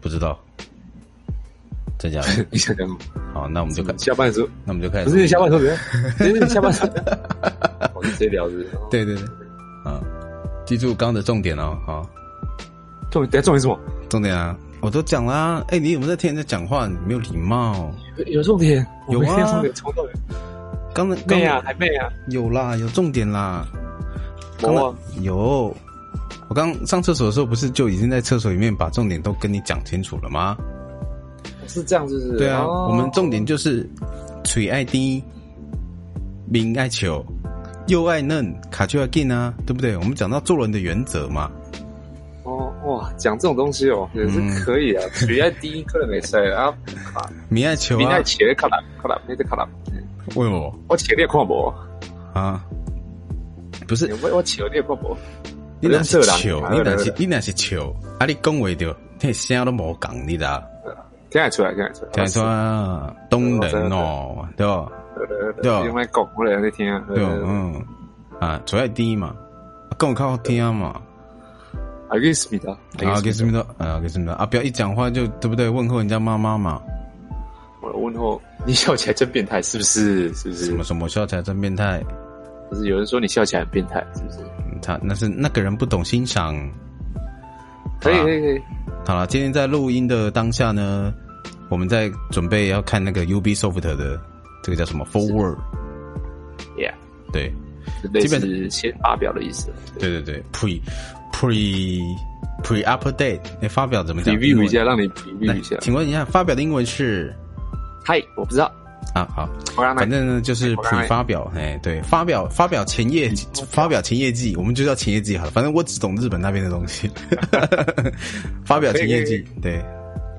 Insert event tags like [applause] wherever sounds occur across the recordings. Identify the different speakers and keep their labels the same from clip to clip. Speaker 1: 不知道，真假
Speaker 2: [laughs]
Speaker 1: 的？
Speaker 2: 你想想，
Speaker 1: 好，那我们就开，
Speaker 2: 下半时候
Speaker 1: 那我们就开
Speaker 2: 不
Speaker 1: 始。
Speaker 2: 是下半
Speaker 1: [laughs]
Speaker 2: 时候怎样？不是下半时候，我们直接聊是不是？
Speaker 1: 对对对，啊，记住刚的重点哦，好，
Speaker 2: 重点，等下重点是什么？
Speaker 1: 重点啊，我都讲啦、哎、你有没有在听人家讲话？你没有礼貌。
Speaker 2: 有有重点，我
Speaker 1: 有
Speaker 2: 没
Speaker 1: 啊
Speaker 2: 听到重点，重到底
Speaker 1: 刚的刚
Speaker 2: 妹
Speaker 1: 的
Speaker 2: 啊，还妹啊，
Speaker 1: 有啦，有重点啦。刚
Speaker 2: 我
Speaker 1: 的有，我刚上厕所的时候不是就已经在厕所里面把重点都跟你讲清楚了吗？
Speaker 2: 是这样，是不是？
Speaker 1: 对啊，
Speaker 2: 哦
Speaker 1: 我们重点就是嘴爱低，明爱球，又爱嫩，卡丘爱劲啊，对不对？我们讲到做人的原则嘛，
Speaker 2: 哦哇，讲这种东西哦，也是可以啊。水在第一课没塞啊，
Speaker 1: 明爱球
Speaker 2: 明
Speaker 1: 嗯啊
Speaker 2: 天，切卡啦卡啦，那只卡啦，
Speaker 1: 为什么
Speaker 2: 我切你看无？
Speaker 1: 啊？不是
Speaker 2: 我我切你看无？
Speaker 1: 你那是
Speaker 2: 我认识
Speaker 1: 球
Speaker 2: 人，
Speaker 1: 你那
Speaker 2: 对对
Speaker 1: 是
Speaker 2: 对
Speaker 1: 你那是球，啊！你讲话着，你声都无讲，你啦，
Speaker 2: 听得出来，听得出来，哦
Speaker 1: 听说啊，当然哦，对吧？
Speaker 2: 呃，
Speaker 1: 对啊
Speaker 2: 对，因为讲过来在听啊，
Speaker 1: 对吧？
Speaker 2: 呃
Speaker 1: 嗯，啊，嘴爱低嘛，啊更靠好听嘛。
Speaker 2: 알겠습니다，
Speaker 1: 啊，给
Speaker 2: 겠습
Speaker 1: 什么的？啊，给什么的？啊，不要一讲话就对不对？问候人家妈妈嘛。
Speaker 2: 我的问候，你笑起来真变态，是不是？是不是？
Speaker 1: 什么什么笑起来真变态？
Speaker 2: 不是有人说你笑起来很变态，是不是？
Speaker 1: 嗯他那是那个人不懂欣赏。
Speaker 2: 可以可以可以，
Speaker 1: 好了，今天在录音的当下呢，我们在准备要看那个 Ubisoft 的这个叫什么 Forward，
Speaker 2: ，Yeah，
Speaker 1: 对
Speaker 2: 类
Speaker 1: 基本
Speaker 2: 似先发表的意思。
Speaker 1: 对对对，Pre Pre Pre Update，那发表怎么讲
Speaker 2: review 一下，
Speaker 1: 英
Speaker 2: 让你
Speaker 1: 文
Speaker 2: review 一下
Speaker 1: 来。请问一下，发表的英文是
Speaker 2: 嗨，我不知道，
Speaker 1: 啊好，
Speaker 2: 我让他
Speaker 1: 反正呢就是 Pre 发表，哎对，发表发表前业绩
Speaker 2: 嗯
Speaker 1: 发表前业绩，我们就叫前业绩好了，反正我只懂日本那边的东西。 [laughs] 发表前业绩，对，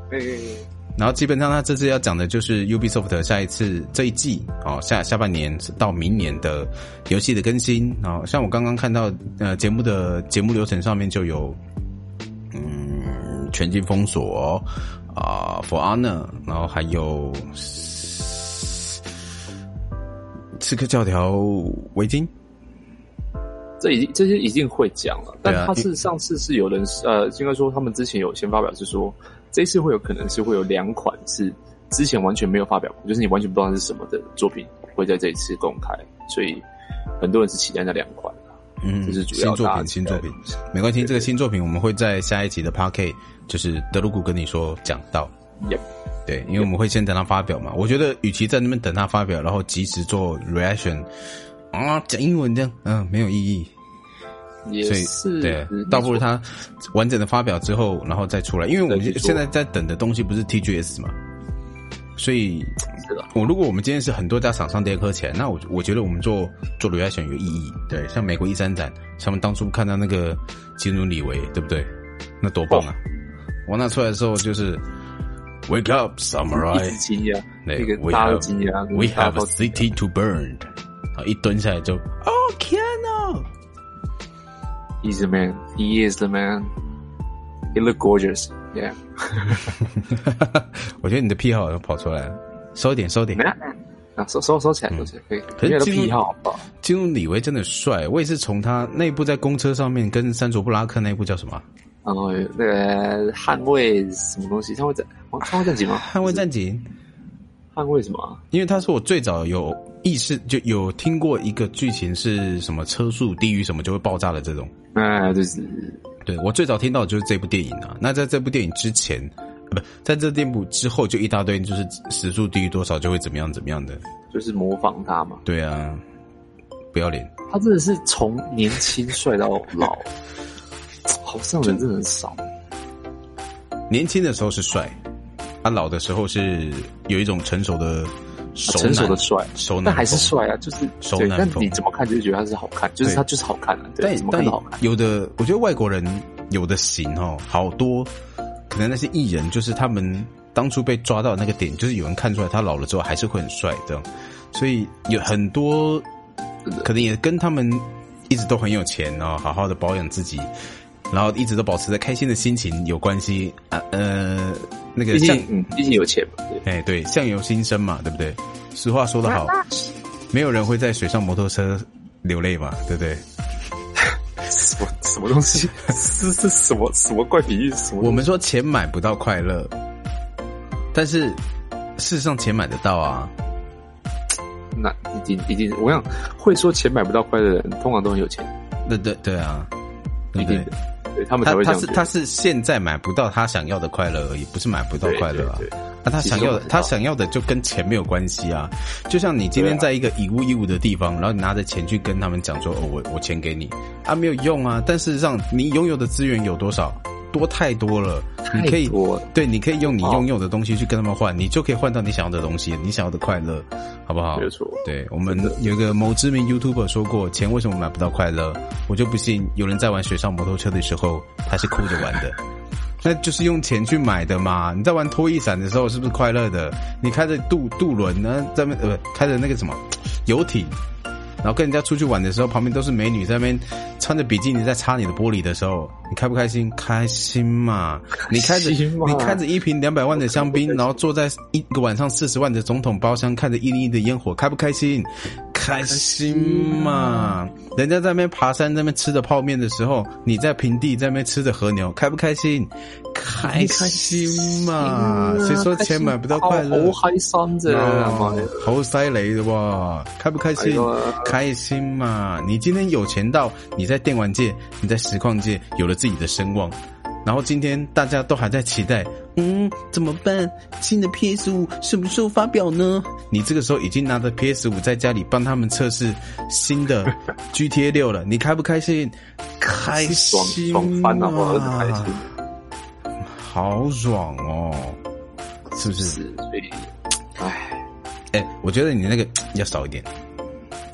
Speaker 2: 可以可以可以。
Speaker 1: 然后基本上他这次要讲的就是 Ubisoft 下一次这一季哦，下下半年到明年的游戏的更新哦。像我刚刚看到呃节目的节目流程上面就有，嗯，全境封锁啊、For Honor，然后还有刺客教条围巾，
Speaker 2: 这已经这些已经会讲了，但
Speaker 1: 对啊
Speaker 2: 他是上次是有人呃，应该说他们之前有先发表是说，这一次会有可能是会有两款是之前完全没有发表过，就是你完全不知道是什么的作品会在这一次公开，所以很多人是期待那两款啊，
Speaker 1: 嗯，
Speaker 2: 这是主
Speaker 1: 新
Speaker 2: 要
Speaker 1: 作
Speaker 2: 大家
Speaker 1: 品，
Speaker 2: 期
Speaker 1: 新
Speaker 2: 待
Speaker 1: 作
Speaker 2: 的
Speaker 1: 品
Speaker 2: 东西。
Speaker 1: 没关系，这个新作品我们会在下一集的 p a r k 就是德鲁古跟你说讲到。
Speaker 2: Yep
Speaker 1: 对，因为我们会先等他发表嘛。我觉得，与其在那边等他发表，然后及时做 reaction，啊，讲英文这样，嗯、没有意义。
Speaker 2: 也
Speaker 1: 所
Speaker 2: 是
Speaker 1: 以，对啊
Speaker 2: 没错，
Speaker 1: 倒不如他完整的发表之后，然后再出来。因为我们
Speaker 2: 再去做
Speaker 1: 现在在等的东西不是 TGS 嘛，所以
Speaker 2: 是的，
Speaker 1: 我如果我们今天是很多家厂商跌磕钱，那我我觉得我们做做 reaction 有意义。对，像美国一三展，他们当初看到那个基努里维，对不对？那多棒啊！我拿出来的时候就是 Wake up,
Speaker 2: 一
Speaker 1: samurai！
Speaker 2: 直惊讶，
Speaker 1: 对
Speaker 2: 那个
Speaker 1: we
Speaker 2: 大家都
Speaker 1: have-
Speaker 2: 惊讶
Speaker 1: We
Speaker 2: 大家
Speaker 1: have a
Speaker 2: 都
Speaker 1: city to burn。啊，一蹲下来就 Oh, Keanu！
Speaker 2: He's the man, he is the man, he look gorgeous, yeah，
Speaker 1: [laughs] 我觉得你的癖好又跑出来了，收一点，收一点。
Speaker 2: 啊收收收起来，收起来，可以，
Speaker 1: 嗯可是
Speaker 2: 因为他
Speaker 1: 基本
Speaker 2: 癖好好不好？
Speaker 1: 基努里维真的帅，我也是从他那一部在公车上面跟山卓布拉克那一部叫什么啊
Speaker 2: 然后有那个捍卫什么东西？捍卫战，哦捍卫
Speaker 1: [laughs]
Speaker 2: 战警吗？
Speaker 1: 《捍卫战警》，
Speaker 2: 捍卫什么啊？
Speaker 1: 因为他是我最早有意识就有听过一个剧情是什么车速低于什么就会爆炸的这种。
Speaker 2: 哎，就是
Speaker 1: 对我最早听到的就是这部电影啊。那在这部电影之前，呃不在这电影之后就一大堆就是时速低于多少就会怎么样怎么样的。
Speaker 2: 就是模仿他嘛。
Speaker 1: 对啊，不要脸。
Speaker 2: 他真的是从年轻帅到老，好像人真的很少。
Speaker 1: 年轻的时候是帅，啊老的时候是有一种成熟的熟男、
Speaker 2: 啊成熟的帅
Speaker 1: 熟男，
Speaker 2: 但还是。帅啊，就是
Speaker 1: 熟
Speaker 2: 对，
Speaker 1: 男
Speaker 2: 但
Speaker 1: 风
Speaker 2: 你怎么看就觉得他是好看，就是
Speaker 1: 对
Speaker 2: 他就是好看啊，对，
Speaker 1: 但
Speaker 2: 怎么
Speaker 1: 但
Speaker 2: 看都好看。
Speaker 1: 有的，我觉得外国人有的型哦，好多可能那些艺人，就是他们当初被抓到的那个点，就是有人看出来他老了之后还是会很帅这样，所以有很多可能也跟他们一直都很有钱哦，好好的保养自己。然后一直都保持着开心的心情有关系啊，呃，那个
Speaker 2: 毕
Speaker 1: 像
Speaker 2: 竟，嗯，毕竟有钱嘛，对。
Speaker 1: 哎，对，相由心生嘛，对不对？俗话说得好，没有人会在水上摩托车流泪嘛，对不对？
Speaker 2: 什么什么东
Speaker 1: [laughs]
Speaker 2: 西？这这什么什么怪比喻？什么东西？
Speaker 1: 我们说钱买不到快乐，但是事实上钱买得到啊。
Speaker 2: 那一定一定，我想会说钱买不到快乐的人，通常都很有钱，
Speaker 1: 对对对啊，对
Speaker 2: 一
Speaker 1: 不对
Speaker 2: 定的，对他们才
Speaker 1: 他
Speaker 2: 会这
Speaker 1: 他
Speaker 2: 样
Speaker 1: 是
Speaker 2: 觉得。
Speaker 1: 他是现在买不到他想要的快乐而已，不是买不到
Speaker 2: 对
Speaker 1: 快乐啊
Speaker 2: 对。对
Speaker 1: 那他
Speaker 2: 其实
Speaker 1: 想要
Speaker 2: 我
Speaker 1: 的
Speaker 2: 知，道
Speaker 1: 他想要的就跟钱没有关系啊。就像你今
Speaker 2: 对
Speaker 1: 天
Speaker 2: 啊
Speaker 1: 在一个以物易物的地方，然后你拿着钱去跟他们讲说：“哦，我我钱给你啊，没有用啊。”但事实上，你拥有的资源有多少？多太多了，你可以
Speaker 2: 太多了
Speaker 1: 对，你可以用你
Speaker 2: 哦
Speaker 1: 拥有的东西去跟他们换，你就可以换到你想要的东西，你想要的快乐，好不好？
Speaker 2: 没有错
Speaker 1: 对我们有一个某知名 YouTuber 说过，钱为什么买不到快乐？我就不信有人在玩水上摩托车的时候，他是哭着玩的。那就是用钱去买的嘛。你在玩拖曳伞的时候，是不是快乐的？你开着渡渡轮呢，在那边呃开着那个什么游艇，然后跟人家出去玩的时候，旁边都是美女在那边穿着比基尼在擦你的玻璃的时候，你开不开心？开心嘛！你开着
Speaker 2: 开心嘛
Speaker 1: 你开着一瓶两百万的香槟，然后坐在一个晚上四十万的总统包厢，看着一零一的烟火，开不开心？开心嘛！人家在那边爬山，在那边吃着泡面的时候，你在平地在那边吃着和牛，开不开心？开心嘛！谁说钱买不到快乐？
Speaker 2: 好開啊心啊哎啫，媽呀
Speaker 1: 哦好犀利的哇！开不开心
Speaker 2: 係喎？
Speaker 1: 开心嘛！你今天有钱到你在电玩界、你在实况界有了自己的声望，然后今天大家都还在期待，嗯，怎么办？新的 PS 五什么时候发表呢？你这个时候已经拿着 PS 五在家里帮他们测试新
Speaker 2: [laughs]
Speaker 1: 的 GTA 六了，你开不开心？开
Speaker 2: 爽
Speaker 1: 心
Speaker 2: 哎爽翻了，我儿子开
Speaker 1: 嘛
Speaker 2: 心。
Speaker 1: 好爽哦！是不是？
Speaker 2: 是，所以，唉，
Speaker 1: 哎、我觉得你那个要少一点。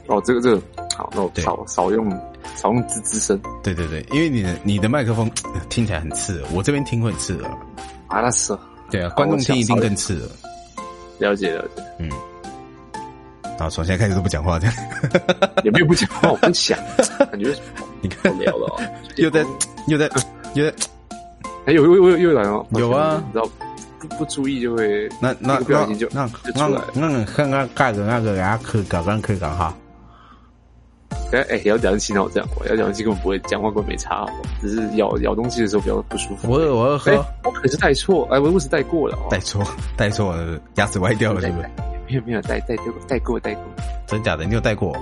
Speaker 2: 哦，这个这个好，那我
Speaker 1: 对
Speaker 2: 少少用少用吱吱声
Speaker 1: 对对对，因为你的你的麦克风 [coughs] 听起来很刺耳，我这边听会刺耳。
Speaker 2: 啊，那是
Speaker 1: 对啊，
Speaker 2: 好
Speaker 1: 观众听一定
Speaker 2: 我想
Speaker 1: 更刺耳。
Speaker 2: 了解了解，
Speaker 1: 嗯，好，啊从现在开始都不讲话，这
Speaker 2: [laughs]
Speaker 1: 样
Speaker 2: 也没有不讲话，我不想，感觉
Speaker 1: 你
Speaker 2: 好
Speaker 1: 看
Speaker 2: 聊了
Speaker 1: [laughs]
Speaker 2: 哦，
Speaker 1: 又在又在 [coughs] 又在
Speaker 2: 哎，有有有有来哦，
Speaker 1: 有啊
Speaker 2: 你知道不不注意就会
Speaker 1: 那那
Speaker 2: 一个不
Speaker 1: 那
Speaker 2: 小心就
Speaker 1: 那
Speaker 2: 就出
Speaker 1: 那
Speaker 2: 来
Speaker 1: 那
Speaker 2: 了，
Speaker 1: 那看看盖个那个啊，可搞干可搞哈。
Speaker 2: 哎哎，要讲东西那我这样，我要讲东西根本不会讲话，根本没差，哦只是咬咬东西的时候比较不舒服。
Speaker 1: 我有我要喝
Speaker 2: 哎，我可是带错，哎，我我是带过了哦，
Speaker 1: 带错带错了，牙齿歪掉了是不是？
Speaker 2: 没有没有带带带带过带过，
Speaker 1: 真假的？你有带过？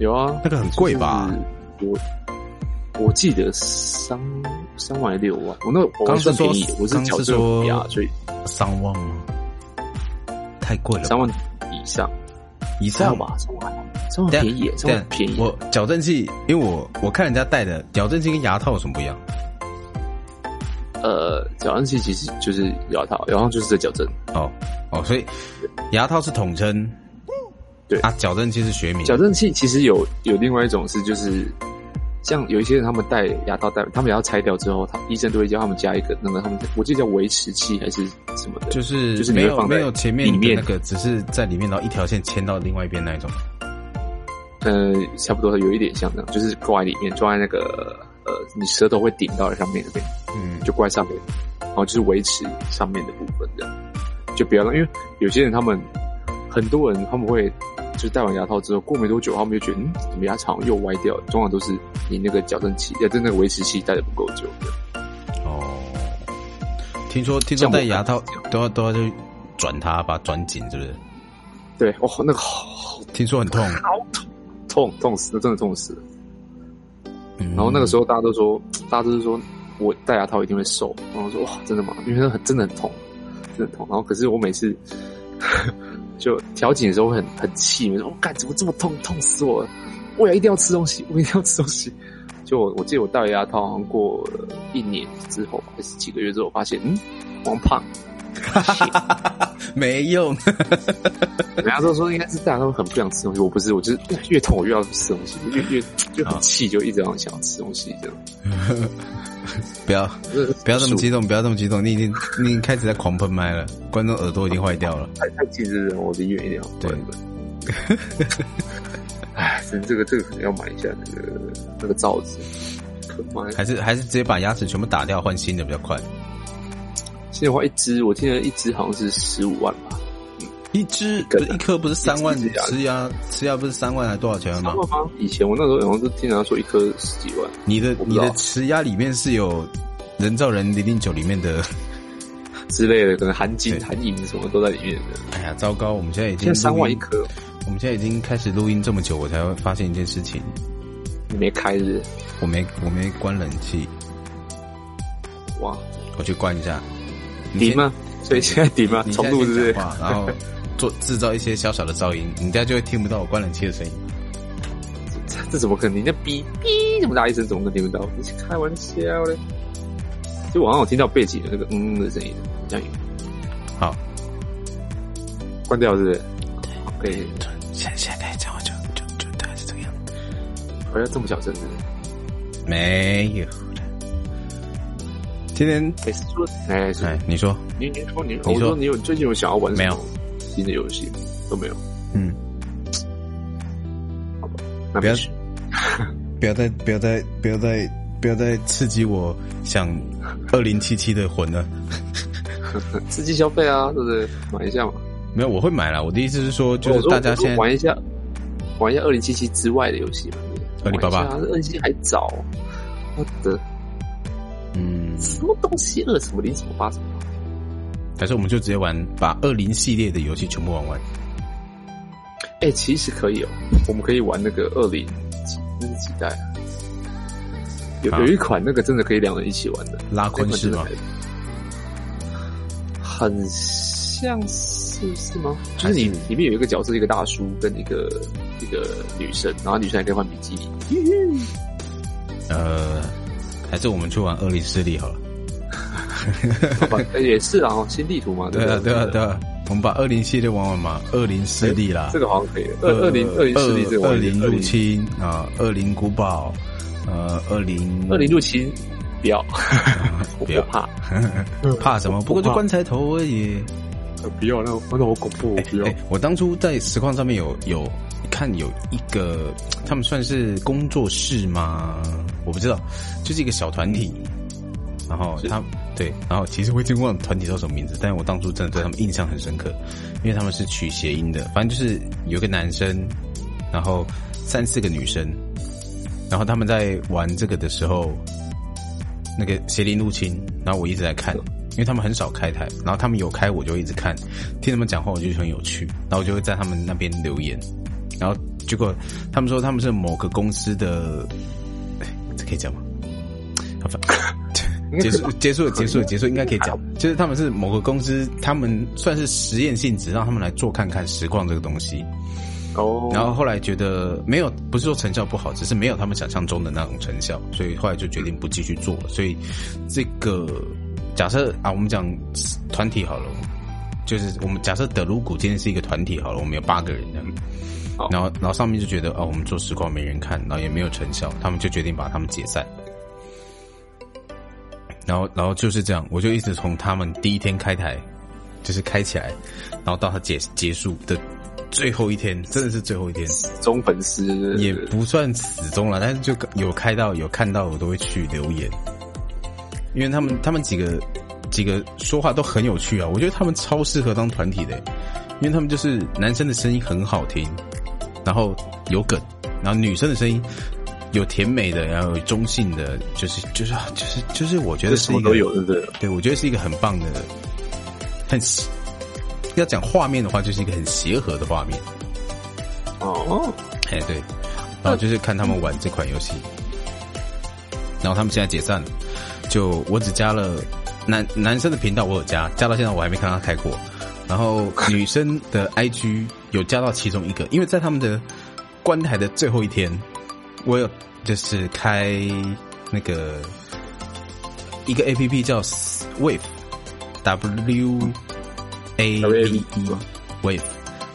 Speaker 2: 有啊，
Speaker 1: 那个很贵吧？
Speaker 2: 就是我我记得三三万还是六万，我那我
Speaker 1: 刚是
Speaker 2: 算
Speaker 1: 说
Speaker 2: 便宜，我是
Speaker 1: 刚
Speaker 2: 缴
Speaker 1: 是
Speaker 2: 税
Speaker 1: 说
Speaker 2: 啊，所以
Speaker 1: 三万吗？太贵了吧，
Speaker 2: 三万以上，
Speaker 1: 以
Speaker 2: 三
Speaker 1: 上
Speaker 2: 万吧，三万还好，三万
Speaker 1: 对啊
Speaker 2: 便宜耶，三
Speaker 1: 对啊
Speaker 2: 万便宜。
Speaker 1: 我矫正器，因为我我看人家戴的矫正器跟牙套有什么不一样？
Speaker 2: 呃，矫正器其实就是牙套，然后就是这矫正，
Speaker 1: 哦哦，所以牙套是统称，
Speaker 2: 对
Speaker 1: 啊，矫正器是学名。
Speaker 2: 矫正器其实有有另外一种是就是。像有一些人，他们戴牙套戴，他们牙套拆掉之后，他医生都会叫他们加一个那个，他们我记得叫维持器还是什么的，
Speaker 1: 就是
Speaker 2: 就是你
Speaker 1: 没
Speaker 2: 会
Speaker 1: 有
Speaker 2: 放在
Speaker 1: 没有前面
Speaker 2: 里
Speaker 1: 的
Speaker 2: 面
Speaker 1: 那个，只是在里面，然后一条线牵到另外一边那一种。
Speaker 2: 呃，差不多有一点像那样，就是挂在里面，装在那个呃，你舌头会顶到上面那边，
Speaker 1: 嗯，
Speaker 2: 就挂在上面，然后就是维持上面的部分这样，就不要让，因为有些人他们很多人他们会就是戴完牙套之后，过没多久他们就觉得嗯，怎么牙齿好像又歪掉了，通常都是你那个矫正器，呃，就那个维持器戴的不够久的。
Speaker 1: 哦，听说听说
Speaker 2: 像我
Speaker 1: 戴牙套
Speaker 2: 这
Speaker 1: 都要都要去转它，把它转紧，是不是？
Speaker 2: 对，哦，那个好好
Speaker 1: 听说很痛。
Speaker 2: 痛，痛死了，真的痛死了。
Speaker 1: 嗯
Speaker 2: 然后那个时候大家都说，大家都是说我戴牙套一定会瘦。然后我说哇，真的吗？因为那很真的很痛，真的很痛。然后可是我每次就调紧的时候会很很气，我说我哦干、怎么这么痛，痛死我了！我也一定要吃东西，我一定要吃东西。就我我记得我戴了牙套，好像过了一年之后还是几个月之后，我发现嗯，我好胖。
Speaker 1: 没用， [laughs]
Speaker 2: 人家都啊说应该是戴牙套很不想吃东西，我不是，我就是越痛我越要吃东西，越越就很气，就一直很想要吃东西这样。
Speaker 1: 不要
Speaker 2: 真的是
Speaker 1: 不要这么
Speaker 2: 很
Speaker 1: 激动，不要这么激动，你已
Speaker 2: [laughs]
Speaker 1: 经你已经开始在狂喷麦了，观众耳朵已经坏掉了。
Speaker 2: 太太近日人，我离远一点好。
Speaker 1: 对
Speaker 2: 对。哎，真这个这个可能要买一下那个那个罩子，可买。
Speaker 1: 还是还是直接把牙齿全部打掉换新的比较快。
Speaker 2: 现在的话，一只我听了一只好像是十五万吧，
Speaker 1: 一只
Speaker 2: 个
Speaker 1: 不是一颗不是三万
Speaker 2: 一只牙哦
Speaker 1: 吃呀吃呀不是三万还多少钱吗
Speaker 2: 三？万吗？以前我那时候好像是听人家说一颗十几万，
Speaker 1: 你的
Speaker 2: 我不
Speaker 1: 你
Speaker 2: 知道
Speaker 1: 的池鸭里面是有人造人零零九里面的，
Speaker 2: 之类的，可能含金
Speaker 1: 对、
Speaker 2: 含银什么都在里面的。
Speaker 1: 哎呀糟糕！我们现在已
Speaker 2: 现在
Speaker 1: 经
Speaker 2: 三
Speaker 1: 录
Speaker 2: 万一
Speaker 1: 音
Speaker 2: 颗，哦
Speaker 1: 我们现在已经开始录音这么久，我才会发现一件事情，
Speaker 2: 你没开日，
Speaker 1: 我没我没关冷气，
Speaker 2: 哇，
Speaker 1: 我去关一下。你
Speaker 2: 顶
Speaker 1: 先
Speaker 2: 吗？所以现在顶吗？
Speaker 1: 你
Speaker 2: 重录是不
Speaker 1: 你现在先
Speaker 2: 是？
Speaker 1: 讲话然后做制造一些小小的噪音，人家就会听不到我关冷气的声音。
Speaker 2: 这 [laughs] 这怎么可能？你那哔哔这么大一声，怎么可能听不到？你是开玩笑嘞！就我好像有听到背景的那个嗯嗯的声音，这样
Speaker 1: 好，
Speaker 2: 关掉是不是？哎可以，
Speaker 1: 现在现在讲话就就就大概是这个样子。
Speaker 2: 好像这么小声是不是？
Speaker 1: 没有的。今天
Speaker 2: 每次说，哎，是
Speaker 1: 哎，你说，
Speaker 2: 你你说你，
Speaker 1: 你说
Speaker 2: 我说你有最近有想要玩什么
Speaker 1: 没有
Speaker 2: 新的游戏都没有，
Speaker 1: 嗯，
Speaker 2: 那
Speaker 1: 不要
Speaker 2: 必须
Speaker 1: 不要再不要再不要再不要再刺激我想二零七七的魂了。
Speaker 2: 刺激消费啊，对不对？买一下嘛，
Speaker 1: 没有，我会买了。我的意思是说，就
Speaker 2: 我
Speaker 1: 是
Speaker 2: 说
Speaker 1: 大家
Speaker 2: 我说
Speaker 1: 现在
Speaker 2: 玩一下，玩一下二零七七之外的游戏嘛，对不对
Speaker 1: 2088
Speaker 2: 玩一下二零七七还早，我的
Speaker 1: 嗯，
Speaker 2: 什么东西二什么零什么八什么。
Speaker 1: 还是我们就直接玩把二零系列的游戏全部玩完。
Speaker 2: 哎、其实可以哦，我们可以玩那个二零几那是几代啊？有
Speaker 1: 啊
Speaker 2: 有一款那个真的可以两人一起玩的，
Speaker 1: 拉昆是吗
Speaker 2: 那款真的还？很像是是吗？
Speaker 1: 还
Speaker 2: 就是
Speaker 1: 是
Speaker 2: 你里面有一个角色，一个大叔跟一个一个女生，然后女生还可以换比基
Speaker 1: [laughs]
Speaker 2: 尼，
Speaker 1: 呃，还是我们去玩二零四力好了。
Speaker 2: 好吧哎也是啊，哦新地图嘛，
Speaker 1: 对啊，
Speaker 2: 不
Speaker 1: 对啊，对啊，我们把二零系列玩完嘛，二零势力啦
Speaker 2: 哎这，个好像可以。二二零二零势力这个
Speaker 1: 呃二
Speaker 2: 我也
Speaker 1: 零
Speaker 2: 可以
Speaker 1: 入，侵啊，二零古堡，呃，二零
Speaker 2: 二零入侵不要， [laughs]
Speaker 1: [laughs]
Speaker 2: 我
Speaker 1: 不要哎
Speaker 2: 怕，
Speaker 1: 怕什么？不过就
Speaker 2: 我怕
Speaker 1: 棺材头而已。
Speaker 2: 呃不要，那我那好恐怖，我不要
Speaker 1: 哎、。我当初在实况上面有有看有一个，他们算是工作室吗？我不知道，就是一个小团体。然后
Speaker 2: 是
Speaker 1: 他对，然后其实我已经忘了团体叫什么名字，但是我当初真的对他们印象很深刻，因为他们是取谐音的，反正就是有一个男生，然后三四个女生，然后他们在玩这个的时候，那个邪灵入侵，然后我一直在看，因为他们很少开台，然后他们有开我就一直看，听他们讲话我就觉得很有趣，然后我就会在他们那边留言，然后结果他们说他们是某个公司的，哎，这可以讲吗？好吧结束，结束了，结束了，结束了，应该可以讲。就是他们是某个公司，他们算是实验性质，让他们来做看看实况这个东西。
Speaker 2: 哦，
Speaker 1: 然后后来觉得没有，不是说成效不好，只是没有他们想象中的那种成效，所以后来就决定不继续做了。所以这个假设啊，我们讲团体好了，就是我们假设德鲁古今天是一个团体好了，我们有八个人这样
Speaker 2: 好
Speaker 1: 然后然后上面就觉得哦，我们做实况没人看，然后也没有成效，他们就决定把他们解散。然后，然后就是这样，我就一直从他们第一天开台，就是开起来，然后到他结结束的最后一天，真的是最后一天，
Speaker 2: 中粉丝
Speaker 1: 也不算死忠了，但是就有开到有看到，我都会去留言，因为他们他们几个几个说话都很有趣啊，我觉得他们超适合当团体的，因为他们就是男生的声音很好听，然后有梗，然后女生的声音有甜美的，然后有中性的，就是就是就是就是我觉
Speaker 2: 就
Speaker 1: 得
Speaker 2: 是
Speaker 1: 是
Speaker 2: 什
Speaker 1: 一
Speaker 2: 么
Speaker 1: 个
Speaker 2: 都有，对不对？
Speaker 1: 对，我觉得是一个很棒的，很邪要讲画面的话，就是一个很协和的画面。
Speaker 2: 哦，
Speaker 1: 哎，对，然后就是看他们玩这款游戏，然后他们现在解散了，就我只加了男男生的频道，我有加，加到现在我还没看他开过，然后女生的 IG 有加到其中一个，因为在他们的关台的最后一天，我有就是开那个一个 APP 叫 Wave W A V E Wave，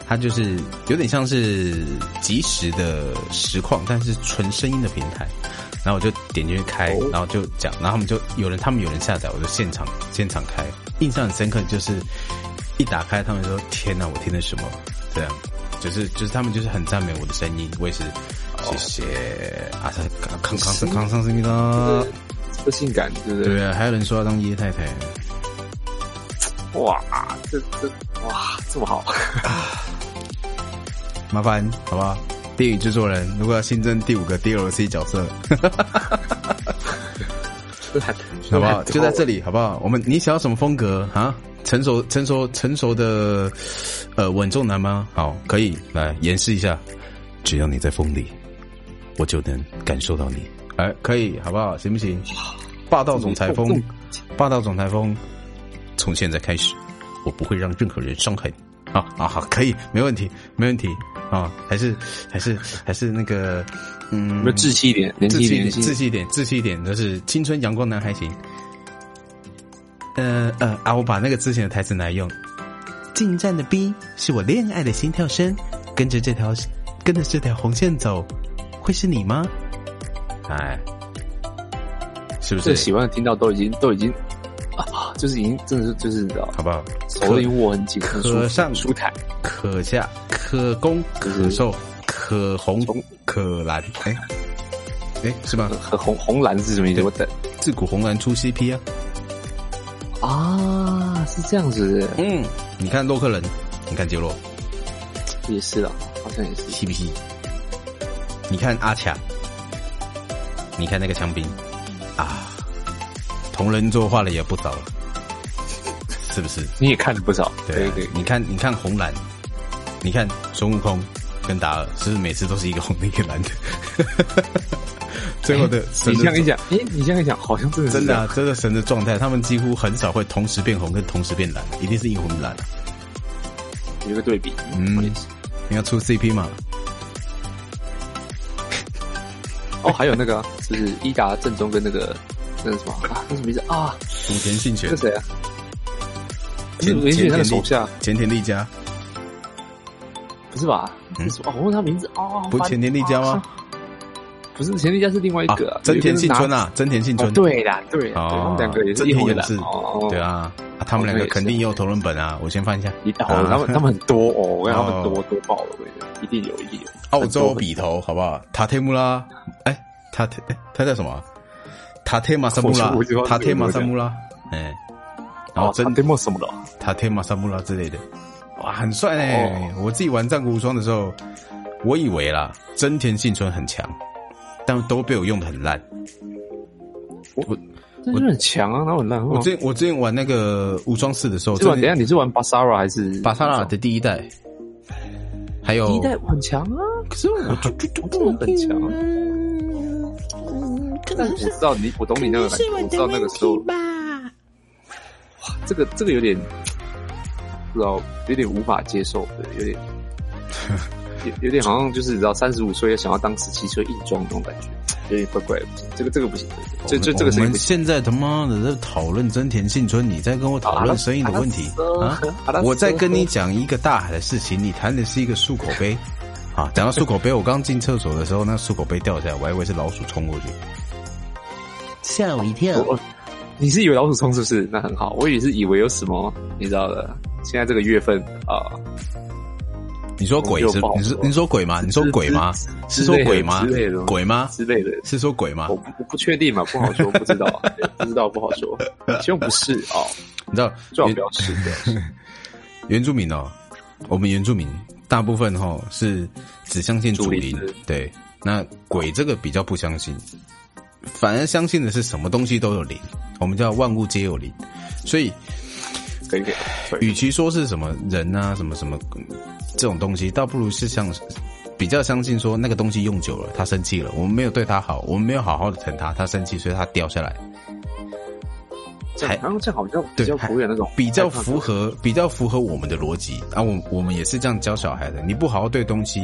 Speaker 1: 它就是有点像是即时的实况，但是纯声音的平台。然后我就点进去开，
Speaker 2: 哦
Speaker 1: 然后就讲，然后他们就有人，他们有人下载，我就现场现场开。印象很深刻，就是一打开，他们说：“天哪，我听的什么？”这样，就是就是他们就是很赞美我的声音，我也是，谢谢啊，康康康康上声音啦。
Speaker 2: 哦这性感，对不对？
Speaker 1: 对啊，还有人说要当叶太太，
Speaker 2: 哇，这这哇，
Speaker 1: [laughs]
Speaker 2: 这么 [laughs] 好，
Speaker 1: 麻烦好不好？电影制作人如果要新增第五个 DLC 角色，好不好？
Speaker 2: [laughs]
Speaker 1: 就在这
Speaker 2: 里。
Speaker 1: 里，好不好？我们你想要什么风格啊？成熟、成熟、成熟的，呃，稳重男吗？好，可以来演示一下。只要你在风里，我就能感受到你。哎，可以，好不好？行不行？霸道总裁
Speaker 2: 哦
Speaker 1: 风，霸道总裁风，从现在开始，我不会让任何人伤害你。啊啊，好，可以，没问题，没问题啊，还是还是还是那个，
Speaker 2: 有
Speaker 1: 嗯
Speaker 2: 没有，稚气一点，年
Speaker 1: 自
Speaker 2: 轻
Speaker 1: 气
Speaker 2: 一
Speaker 1: 一点，
Speaker 2: 点，
Speaker 1: 自气一点，自气一点，就是青春阳光男孩型。呃呃啊，我把那个之前的台词拿来用。近战的 B 是我恋爱的心跳声，跟着这条跟着这条红线走，会是你吗？哎，是不
Speaker 2: 这
Speaker 1: 是
Speaker 2: 个？喜欢的听到都已经都已经啊，就是已经真的是就是你知道，
Speaker 1: 好不好？
Speaker 2: 手里握很紧，很舒
Speaker 1: 可
Speaker 2: 服
Speaker 1: 上
Speaker 2: 舒坦，
Speaker 1: 可下可攻可受可红
Speaker 2: 从
Speaker 1: 可蓝，哎哎是吧？
Speaker 2: 很红红蓝是什么意思？
Speaker 1: 对
Speaker 2: 我等
Speaker 1: 自古红蓝出 CP 啊。
Speaker 2: 啊，是这样子的，
Speaker 1: 嗯，你看洛克人，你看杰洛，
Speaker 2: 也是啦，好像也是。
Speaker 1: 是不是？你看阿卡，你看那个枪兵啊，同人作画了也不少了，是不是？
Speaker 2: 你也看了不少，
Speaker 1: 对、啊，
Speaker 2: 对，
Speaker 1: 你看，你看红蓝，你看孙悟空跟达尔，是不是每次都是一个红的，一个蓝的？ [laughs] 最后的神
Speaker 2: 哎
Speaker 1: 的
Speaker 2: 你这样一讲，诶，你这样一讲，好像真的是
Speaker 1: 真
Speaker 2: 这
Speaker 1: 的、
Speaker 2: 样
Speaker 1: 啊，真的神的状态，他们几乎很少会同时变红跟同时变蓝，一定是一红一蓝、啊，
Speaker 2: 有一个对比，
Speaker 1: 嗯
Speaker 2: 我也是
Speaker 1: 你要出 CP 嘛？
Speaker 2: 哦，还有那个啊就是伊达正宗跟那个那个什么啊，那什么名字啊？
Speaker 1: 武田信
Speaker 2: 那
Speaker 1: 玄
Speaker 2: 个、谁啊？
Speaker 1: 前
Speaker 2: 是
Speaker 1: 前
Speaker 2: 林雪那个
Speaker 1: 田
Speaker 2: 手
Speaker 1: 利
Speaker 2: 下
Speaker 1: 前田利家，
Speaker 2: 不是吧？
Speaker 1: 嗯
Speaker 2: 是什么哦，我问他名字哦，
Speaker 1: 不是前田利家吗？
Speaker 2: 不是前田利家是另外一
Speaker 1: 啊
Speaker 2: 个啊，，
Speaker 1: 真田幸村
Speaker 2: 啊。
Speaker 1: 啊，真田幸
Speaker 2: 哦
Speaker 1: 村，，
Speaker 2: 对啦，对啦，
Speaker 1: 哦
Speaker 2: 对，他们两个也是
Speaker 1: 真
Speaker 2: 一
Speaker 1: 田
Speaker 2: 红一
Speaker 1: 勇
Speaker 2: 蓝
Speaker 1: 士
Speaker 2: 哦，
Speaker 1: 对，啊，啊他们两个
Speaker 2: 哦那个也是
Speaker 1: 肯定也有同人本啊，我先翻一下，
Speaker 2: 一哦，
Speaker 1: 啊
Speaker 2: 他们他们很多哦，我跟你讲他
Speaker 1: 哦
Speaker 2: 们多多爆了，我跟你讲，一定有，一定有。
Speaker 1: 澳洲笔头好不好？塔特穆拉，哎，塔特，哎他叫什么啊？塔特马萨穆拉
Speaker 2: 我知道，
Speaker 1: 塔特马萨穆拉，哎，然后
Speaker 2: 哦，
Speaker 1: 真
Speaker 2: 对莫什么的哦，
Speaker 1: 塔特马萨穆拉之类的，哇，很帅哎！
Speaker 2: 哦
Speaker 1: 我自己玩战国无双的时候，我以为啦，真田幸村很强，但都被我用的很烂。
Speaker 2: 这就很强啊，那很烂。
Speaker 1: 我之前我之前玩那个无双四的时候，
Speaker 2: 是玩
Speaker 1: 真
Speaker 2: 等一
Speaker 1: 的
Speaker 2: 下你是玩巴萨拉还是
Speaker 1: 巴萨拉的第一代，还有
Speaker 2: 第一代很强啊，可是 [laughs] 我就就就很强啊。但我知道你，我懂你那个感觉，我知道那个时候
Speaker 3: 吧。
Speaker 2: 这个这个有点不知道，有点无法接受，
Speaker 1: [laughs]
Speaker 2: 对，有点有有点好像就是你知道三十五岁想要当十七岁硬装那种感觉，有点怪怪的。这个这个不行，这这这个
Speaker 1: 我
Speaker 2: 声音
Speaker 1: 们
Speaker 2: 不行。
Speaker 1: 现在他妈的在讨论真田幸村，你在跟我讨论生意的问题啊！我在跟你讲一个大海的事情，你谈的是一个漱口杯啊！讲到漱口杯，我刚进厕所的时候，那漱口杯掉下来，我还以为是老鼠冲过去，吓我一跳
Speaker 2: 我哦你是以为老鼠冲是不是？那很好，我也是以为有什么，你知道的。现在这个月份啊，
Speaker 1: 你说鬼是
Speaker 2: 我就不好？说
Speaker 1: 你说你说鬼吗？你说鬼吗？
Speaker 2: 之
Speaker 1: 是说鬼吗
Speaker 2: 之类的？
Speaker 1: 鬼啊吗？
Speaker 2: 之类的
Speaker 1: 是说鬼吗
Speaker 2: 我？不我不确定嘛，不好说，不知道，对不知道不好
Speaker 1: [laughs]
Speaker 2: 说，希望不是哦，
Speaker 1: 你知道
Speaker 2: 最好不要是，不要
Speaker 1: [laughs]
Speaker 2: 是
Speaker 1: 原住民哦，我们原住民大部分哈、哦、是只相信祖灵
Speaker 2: 祖灵，
Speaker 1: 对，那鬼这个比较不相信，反而相信的是什么东西都有灵，我们叫万物皆有灵，所以
Speaker 2: 可以可以可以，
Speaker 1: 与其说是什么人啊什么什么嗯这种东西，倒不如是像比较相信说那个东西用久了，他生气了，我们没有对他好，我们没有好好的疼他，他生气，所以他掉下来，
Speaker 2: 这
Speaker 1: 还
Speaker 2: 样好像这样好像比
Speaker 1: 对
Speaker 2: 较
Speaker 1: 还
Speaker 2: 不会有那种哎
Speaker 1: 比较
Speaker 2: 害怕
Speaker 1: 符合比较符合我们的逻辑啊。我我们也是这样教小孩的，你不好好对东西，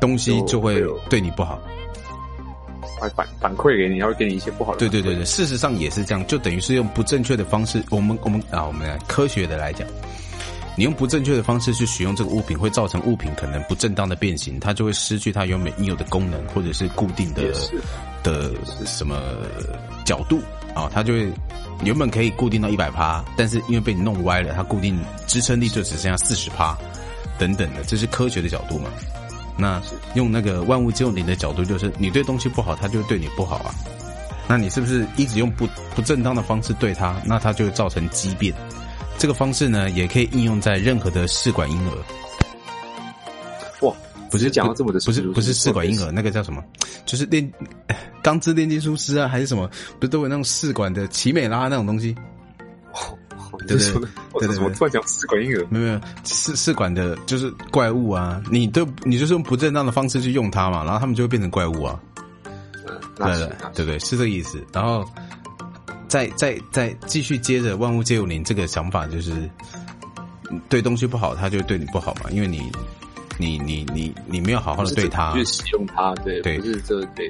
Speaker 1: 东西
Speaker 2: 就
Speaker 1: 就会
Speaker 2: 会有
Speaker 1: 对你不好。
Speaker 2: 反反反馈给你，然后给你一些不好的，
Speaker 1: 对对对，对，事实上也是这样，就等于是用不正确的方式，我们我们啊，我们来科学的来讲。你用不正确的方式去使用这个物品，会造成物品可能不正当的变形，它就会失去它原本应有的功能，或者是固定的
Speaker 2: 也是
Speaker 1: 的什么角度啊，它就会原本可以固定到一百趴，但是因为被你弄歪了，它固定支撑力就只剩下四十趴，等等的，这是科学的角度嘛？那用那个万物皆有灵的角度，就是你对东西不好，它就会对你不好啊。那你是不是一直用不不正当的方式对它，那它就会造成畸变，这个方式呢，也可以应用在任何的试管婴儿。
Speaker 2: 哇，
Speaker 1: 不是
Speaker 2: 讲到这么的
Speaker 1: 不是
Speaker 2: 深入
Speaker 1: 不是
Speaker 2: 是
Speaker 1: 试管婴儿，那个叫什么？就是炼 [laughs] 钢之炼金术师啊，还是什么？不是都有那种试管的奇美拉那种东西？
Speaker 2: 哦
Speaker 1: 对对
Speaker 2: 你是说的我
Speaker 1: 对对
Speaker 2: 怎么
Speaker 1: 对
Speaker 2: 突然讲试管婴儿？
Speaker 1: 没有没有试试管的，就是怪物啊！你都你就是用不正当的方式去用它嘛，然后他们就会变成怪物啊。
Speaker 2: 嗯，那
Speaker 1: 对
Speaker 2: 是
Speaker 1: 对
Speaker 2: 那
Speaker 1: 对对，是这个意思。然后再再再继续接着万物皆有灵这个想法，就是嗯对东西不好，它就会对你不好嘛，因为你你你你你没有好好的
Speaker 2: 是
Speaker 1: 对它
Speaker 2: 就，是使用它，对，
Speaker 1: 对
Speaker 2: 不是这对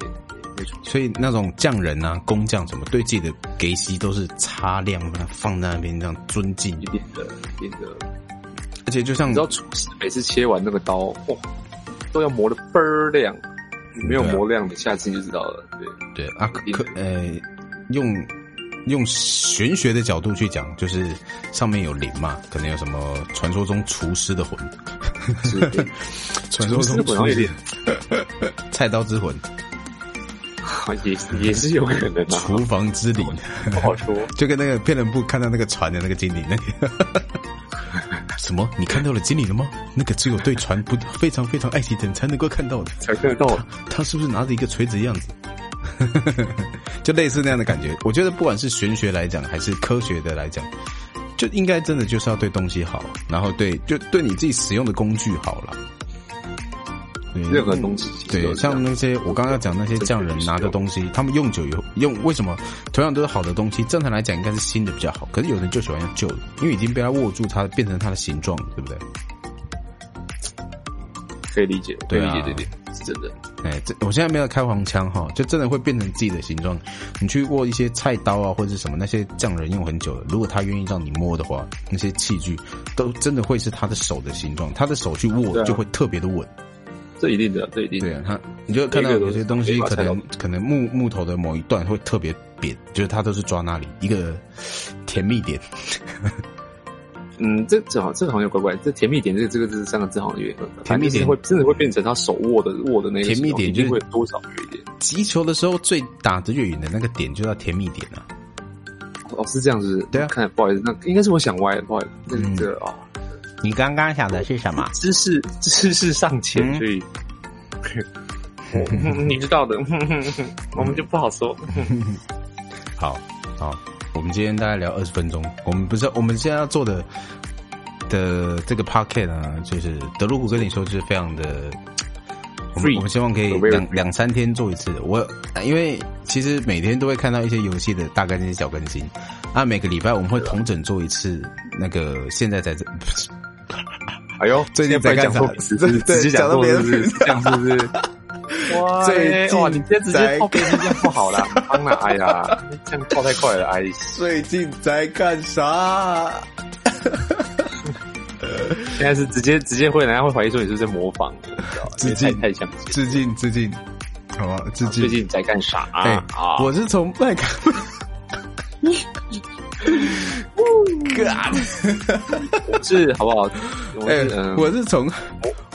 Speaker 2: 没错。
Speaker 1: 所以那种匠人啊、工匠什么，对自己的给息都是擦亮，放在那边这样尊敬
Speaker 2: 一。定的，一定的。
Speaker 1: 而且就像
Speaker 2: 你知道厨师每次切完那个刀，哇，都要磨得倍儿亮，没有
Speaker 1: 对啊
Speaker 2: 磨亮，你下次就知道了。
Speaker 1: [laughs]
Speaker 2: 对，
Speaker 1: 对啊，可
Speaker 2: 一定
Speaker 1: 可呃，用用玄学的角度去讲，就是上面有灵嘛，可能有什么传说中厨师的魂，
Speaker 2: 是 [laughs]
Speaker 1: 传说中
Speaker 2: 厨师的魂好像有点
Speaker 1: 菜刀
Speaker 2: [laughs]
Speaker 1: 之魂，
Speaker 2: 啊也也是有可能
Speaker 1: 厨 [laughs]
Speaker 2: 啊，
Speaker 1: 房之灵，
Speaker 2: 不好说。
Speaker 1: 就跟那个骗人部看到那个船的那个经理那个。
Speaker 2: [laughs]
Speaker 1: 什么？你看到了经理了吗？那个只有对船不非常非常爱惜的人才能够看到的。
Speaker 2: 才看得到，
Speaker 1: 他是不是拿着一个锤子的样子？ [laughs] 就类似那样的感觉。我觉得不管是玄学来讲，还是科学的来讲，就应该真的就是要对东西好，然后对就对你自己使用的工具好了。对
Speaker 2: 任何东西其实都
Speaker 1: 对，
Speaker 2: 是这样
Speaker 1: 像那些我刚刚讲那些匠人拿的东西，他们用久以后用为什么同样都是好的东西？正常来讲应该是新的比较好，可是有人就喜欢用旧的，因为已经被他握住它，变成它的形状，对不对？
Speaker 2: 可以理解，可
Speaker 1: 对
Speaker 2: 以理
Speaker 1: 啊
Speaker 2: 解这点是真的。
Speaker 1: 哎、这我现在没有开黄腔哈，就真的会变成自己的形状。你去握一些菜刀啊，或者是什么那些匠人用很久的，如果他愿意让你摸的话，那些器具都真的会是他的手的形状，他的手去
Speaker 2: 对
Speaker 1: 握
Speaker 2: 啊
Speaker 1: 就会特别的稳。
Speaker 2: 这一定的，这一定
Speaker 1: 对啊
Speaker 2: 的，，
Speaker 1: 他你就看到有些东西
Speaker 2: 每一个
Speaker 1: 可
Speaker 2: 都是
Speaker 1: 能可能木木头的某一段会特别扁，就是他都是抓那里一个甜蜜点。
Speaker 2: 嗯，这这好，这个好像有怪怪，这甜蜜点，这个这个这三个字好像有点怪怪
Speaker 1: 甜蜜点
Speaker 2: 反正就是会真的会变成他手握的握的那个
Speaker 1: 甜蜜
Speaker 2: 形状
Speaker 1: 点
Speaker 2: 一定
Speaker 1: 就是
Speaker 2: 会多少有一点，
Speaker 1: 击球的时候最打得越远的那个点就叫甜蜜点啊。
Speaker 2: 哦，是这样子，
Speaker 1: 对啊
Speaker 2: 看不好意思，那应该是我想歪了，不好意思，这
Speaker 1: 嗯
Speaker 2: 个这个哦，
Speaker 1: 你刚刚想的是什么？
Speaker 2: 知识知识尚浅，
Speaker 1: 嗯
Speaker 2: 所以。 [laughs] 你知道的， [laughs] 我们就不好说。
Speaker 1: 好，好，我们今天大概聊二十分钟。我们不是我们现在要做的的这个 p o c k e t 啊，就是德鲁古跟你说，就是非常的。我们
Speaker 2: Free
Speaker 1: 我们希望可以
Speaker 2: Very
Speaker 1: 两
Speaker 2: free
Speaker 1: 两三天做一次。我因为其实每天都会看到一些游戏的大更新、小更新。啊，每个礼拜我们会同整做一次。那个现在在 [laughs] 这，不是
Speaker 2: 哎呦，
Speaker 1: 最近
Speaker 2: 现不
Speaker 1: 在干
Speaker 2: 能讲
Speaker 1: 啥
Speaker 2: 错词，直
Speaker 1: 对
Speaker 2: 接
Speaker 1: 讲
Speaker 2: 讲
Speaker 1: 到
Speaker 2: 错
Speaker 1: 别
Speaker 2: 是
Speaker 1: 的
Speaker 2: 不是？是这
Speaker 1: [laughs]
Speaker 2: 样是不是？哇
Speaker 1: 最近
Speaker 2: 哇，你今天直
Speaker 1: 在
Speaker 2: 接泡别人这样
Speaker 1: [laughs]
Speaker 2: 不好啦，当然，哎呀，这样泡太快了，哎，
Speaker 1: 最近在干啥？
Speaker 2: 现在是直接直接会，人家会怀疑说你是不是在模仿，你知道吗
Speaker 1: 致敬
Speaker 2: 因为太太像了。
Speaker 1: 致敬致敬，好吧，致敬。
Speaker 2: 最近在干啥
Speaker 1: 哎、
Speaker 2: 啊？啊
Speaker 1: 我是从麦克。God！
Speaker 2: 我是好不好？我
Speaker 1: 哎
Speaker 2: 是，嗯啊
Speaker 1: 我是从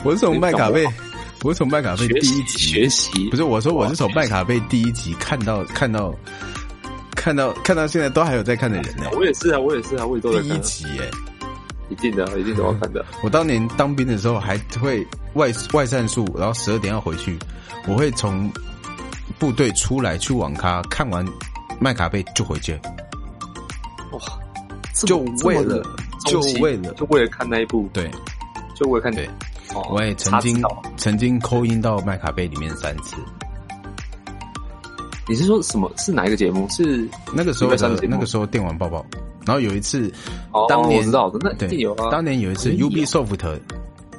Speaker 1: 我是从麦卡贝，我是从麦卡贝
Speaker 2: 学
Speaker 1: 第
Speaker 2: 习
Speaker 1: 一集，
Speaker 2: 学习
Speaker 1: 不是我说我是从
Speaker 2: 学习
Speaker 1: 麦卡贝第一集看到看到看到看到现在都还有在看的人呢、
Speaker 2: 我也是啊，我也是啊，我也都在
Speaker 1: 第一
Speaker 2: 看，
Speaker 1: 集哎、
Speaker 2: 一定的，一定都要看的。
Speaker 1: 我当年当兵的时候还会外外散宿，然后十二点要回去，我会从部队出来去网咖看完麦卡贝就回去，
Speaker 2: 哇，
Speaker 1: 就为了
Speaker 2: 这
Speaker 1: 就
Speaker 2: 么的
Speaker 1: 为了
Speaker 2: 就为了看那一部，
Speaker 1: 对。
Speaker 2: 就为了看
Speaker 1: 对。
Speaker 2: 哦
Speaker 1: 我也曾经
Speaker 2: 插翅膀
Speaker 1: 曾经扣音到麦卡贝里面三次。
Speaker 2: 你是说什么？是哪一个节目？是
Speaker 1: 那个时候
Speaker 2: 礼拜三的
Speaker 1: 的
Speaker 2: 节目
Speaker 1: 那个时候电玩抱抱，然后有一次，
Speaker 2: 哦
Speaker 1: 当年
Speaker 2: 我知道的那一
Speaker 1: 对
Speaker 2: 定有啊
Speaker 1: 当年有一次
Speaker 2: 肯定有
Speaker 1: Ubisoft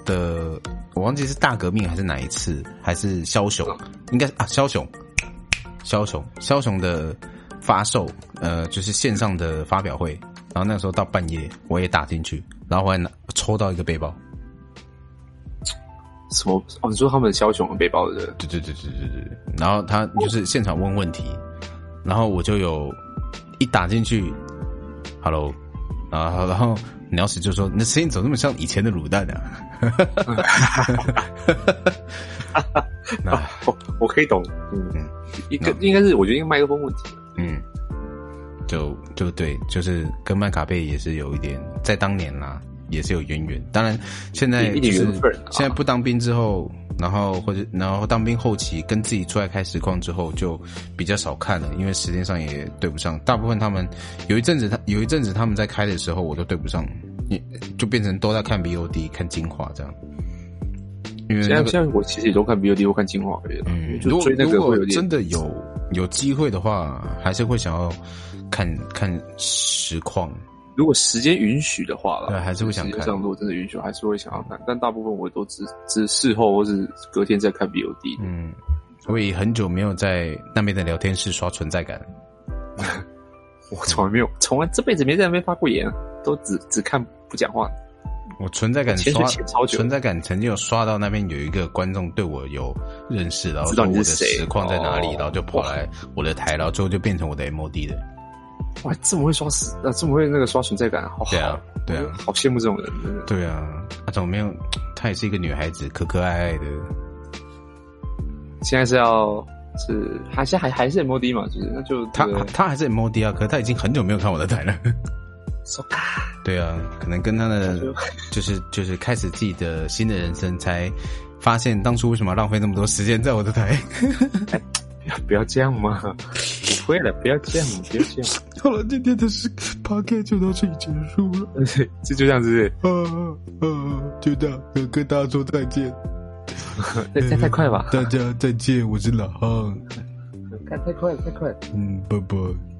Speaker 1: 的，我忘记是大革命还是哪一次，还是枭雄，
Speaker 2: 嗯
Speaker 1: 应该是啊枭雄，枭雄枭雄的发售，呃，就是线上的发表会，然后那时候到半夜我也打进去，然后我还拿抽到一个背包，
Speaker 2: 什么？哦，你说他们枭雄和背包的人
Speaker 1: 对对对对对对对。然后他就是现场问问题，然后我就有一打进去，Hello，然后然后鸟屎就说：“你的声音怎么那么像以前的卤蛋啊？”那
Speaker 2: 哦，我可以懂，嗯
Speaker 1: 嗯
Speaker 2: 嗯，一个应该是我觉得应该麦克风问题，
Speaker 1: 嗯，就就对，就是跟麦卡贝也是有一点，在当年啦也是有渊源。当然，现在
Speaker 2: 一
Speaker 1: 就
Speaker 2: 点
Speaker 1: 是
Speaker 2: 缘分啊
Speaker 1: 现在不当兵之后，然后或者然后当兵后期跟自己出来开实况之后，就比较少看了，因为时间上也对不上。大部分他们有一阵子他有一阵子他们在开的时候，我都对不上，也就变成都在看 VOD 看精华这样。因为
Speaker 2: 现在
Speaker 1: 那个
Speaker 2: 现在我其实也都看 VOD 或看精华而已了，
Speaker 1: 嗯，
Speaker 2: 就
Speaker 1: 如果
Speaker 2: 追那
Speaker 1: 如
Speaker 2: 个会
Speaker 1: 果
Speaker 2: 有点
Speaker 1: 真的有有机会的话，还是会想要看看实况。
Speaker 2: 如果时间允许的话啦，
Speaker 1: 对还是会想看
Speaker 2: 时间上如果真的允许，还是会想要看，但大部分我都只只事后或是隔天再看 VOD。
Speaker 1: 嗯，我也很久没有在那边的聊天室刷存在感。
Speaker 2: 我从来没有，从来这辈子没在那边发过言，啊都只只看不讲话。
Speaker 1: 我存在感
Speaker 2: 潜水
Speaker 1: 刷
Speaker 2: 潜超久
Speaker 1: 存在感曾经有刷到那边有一个观众对我有认识，然后
Speaker 2: 知道
Speaker 1: 说
Speaker 2: 你
Speaker 1: 我
Speaker 2: 是
Speaker 1: 的
Speaker 2: 谁
Speaker 1: 实况在哪里，
Speaker 2: 哦
Speaker 1: 然后就跑来我的台，然后最后就变成我的 MOD 的。
Speaker 2: 哇，这么会刷死，啊，这么会那个刷存在感，好好，
Speaker 1: 对啊，对
Speaker 2: 我
Speaker 1: 啊，
Speaker 2: 好羡慕这种人，真的。
Speaker 1: 对啊。啊，怎么没有？她也是一个女孩子，可可爱爱的。
Speaker 2: 现在是要是还是还还是 MOD 嘛，就是那就
Speaker 1: 她
Speaker 2: 这个
Speaker 1: 她还是 MOD 啊，可是她已经很久没有看我的台了。
Speaker 2: So God
Speaker 1: 对啊，可能跟他的
Speaker 2: 就
Speaker 1: 就是就是开始自己的新的人生，才发现当初为什么要浪费那么多时间在我的台。
Speaker 2: 不要不要这样嘛，不会了，不要这样，不要这样，
Speaker 1: [laughs] 好了，今天的是 p o d 就到这里结束了，
Speaker 2: 这就这样子，
Speaker 1: 啊啊，就这样，呃跟大家说再见，
Speaker 2: 那那太快吧，
Speaker 1: 大家再见，我是老汉，
Speaker 2: 看太快了，太快了。
Speaker 1: 嗯，拜拜。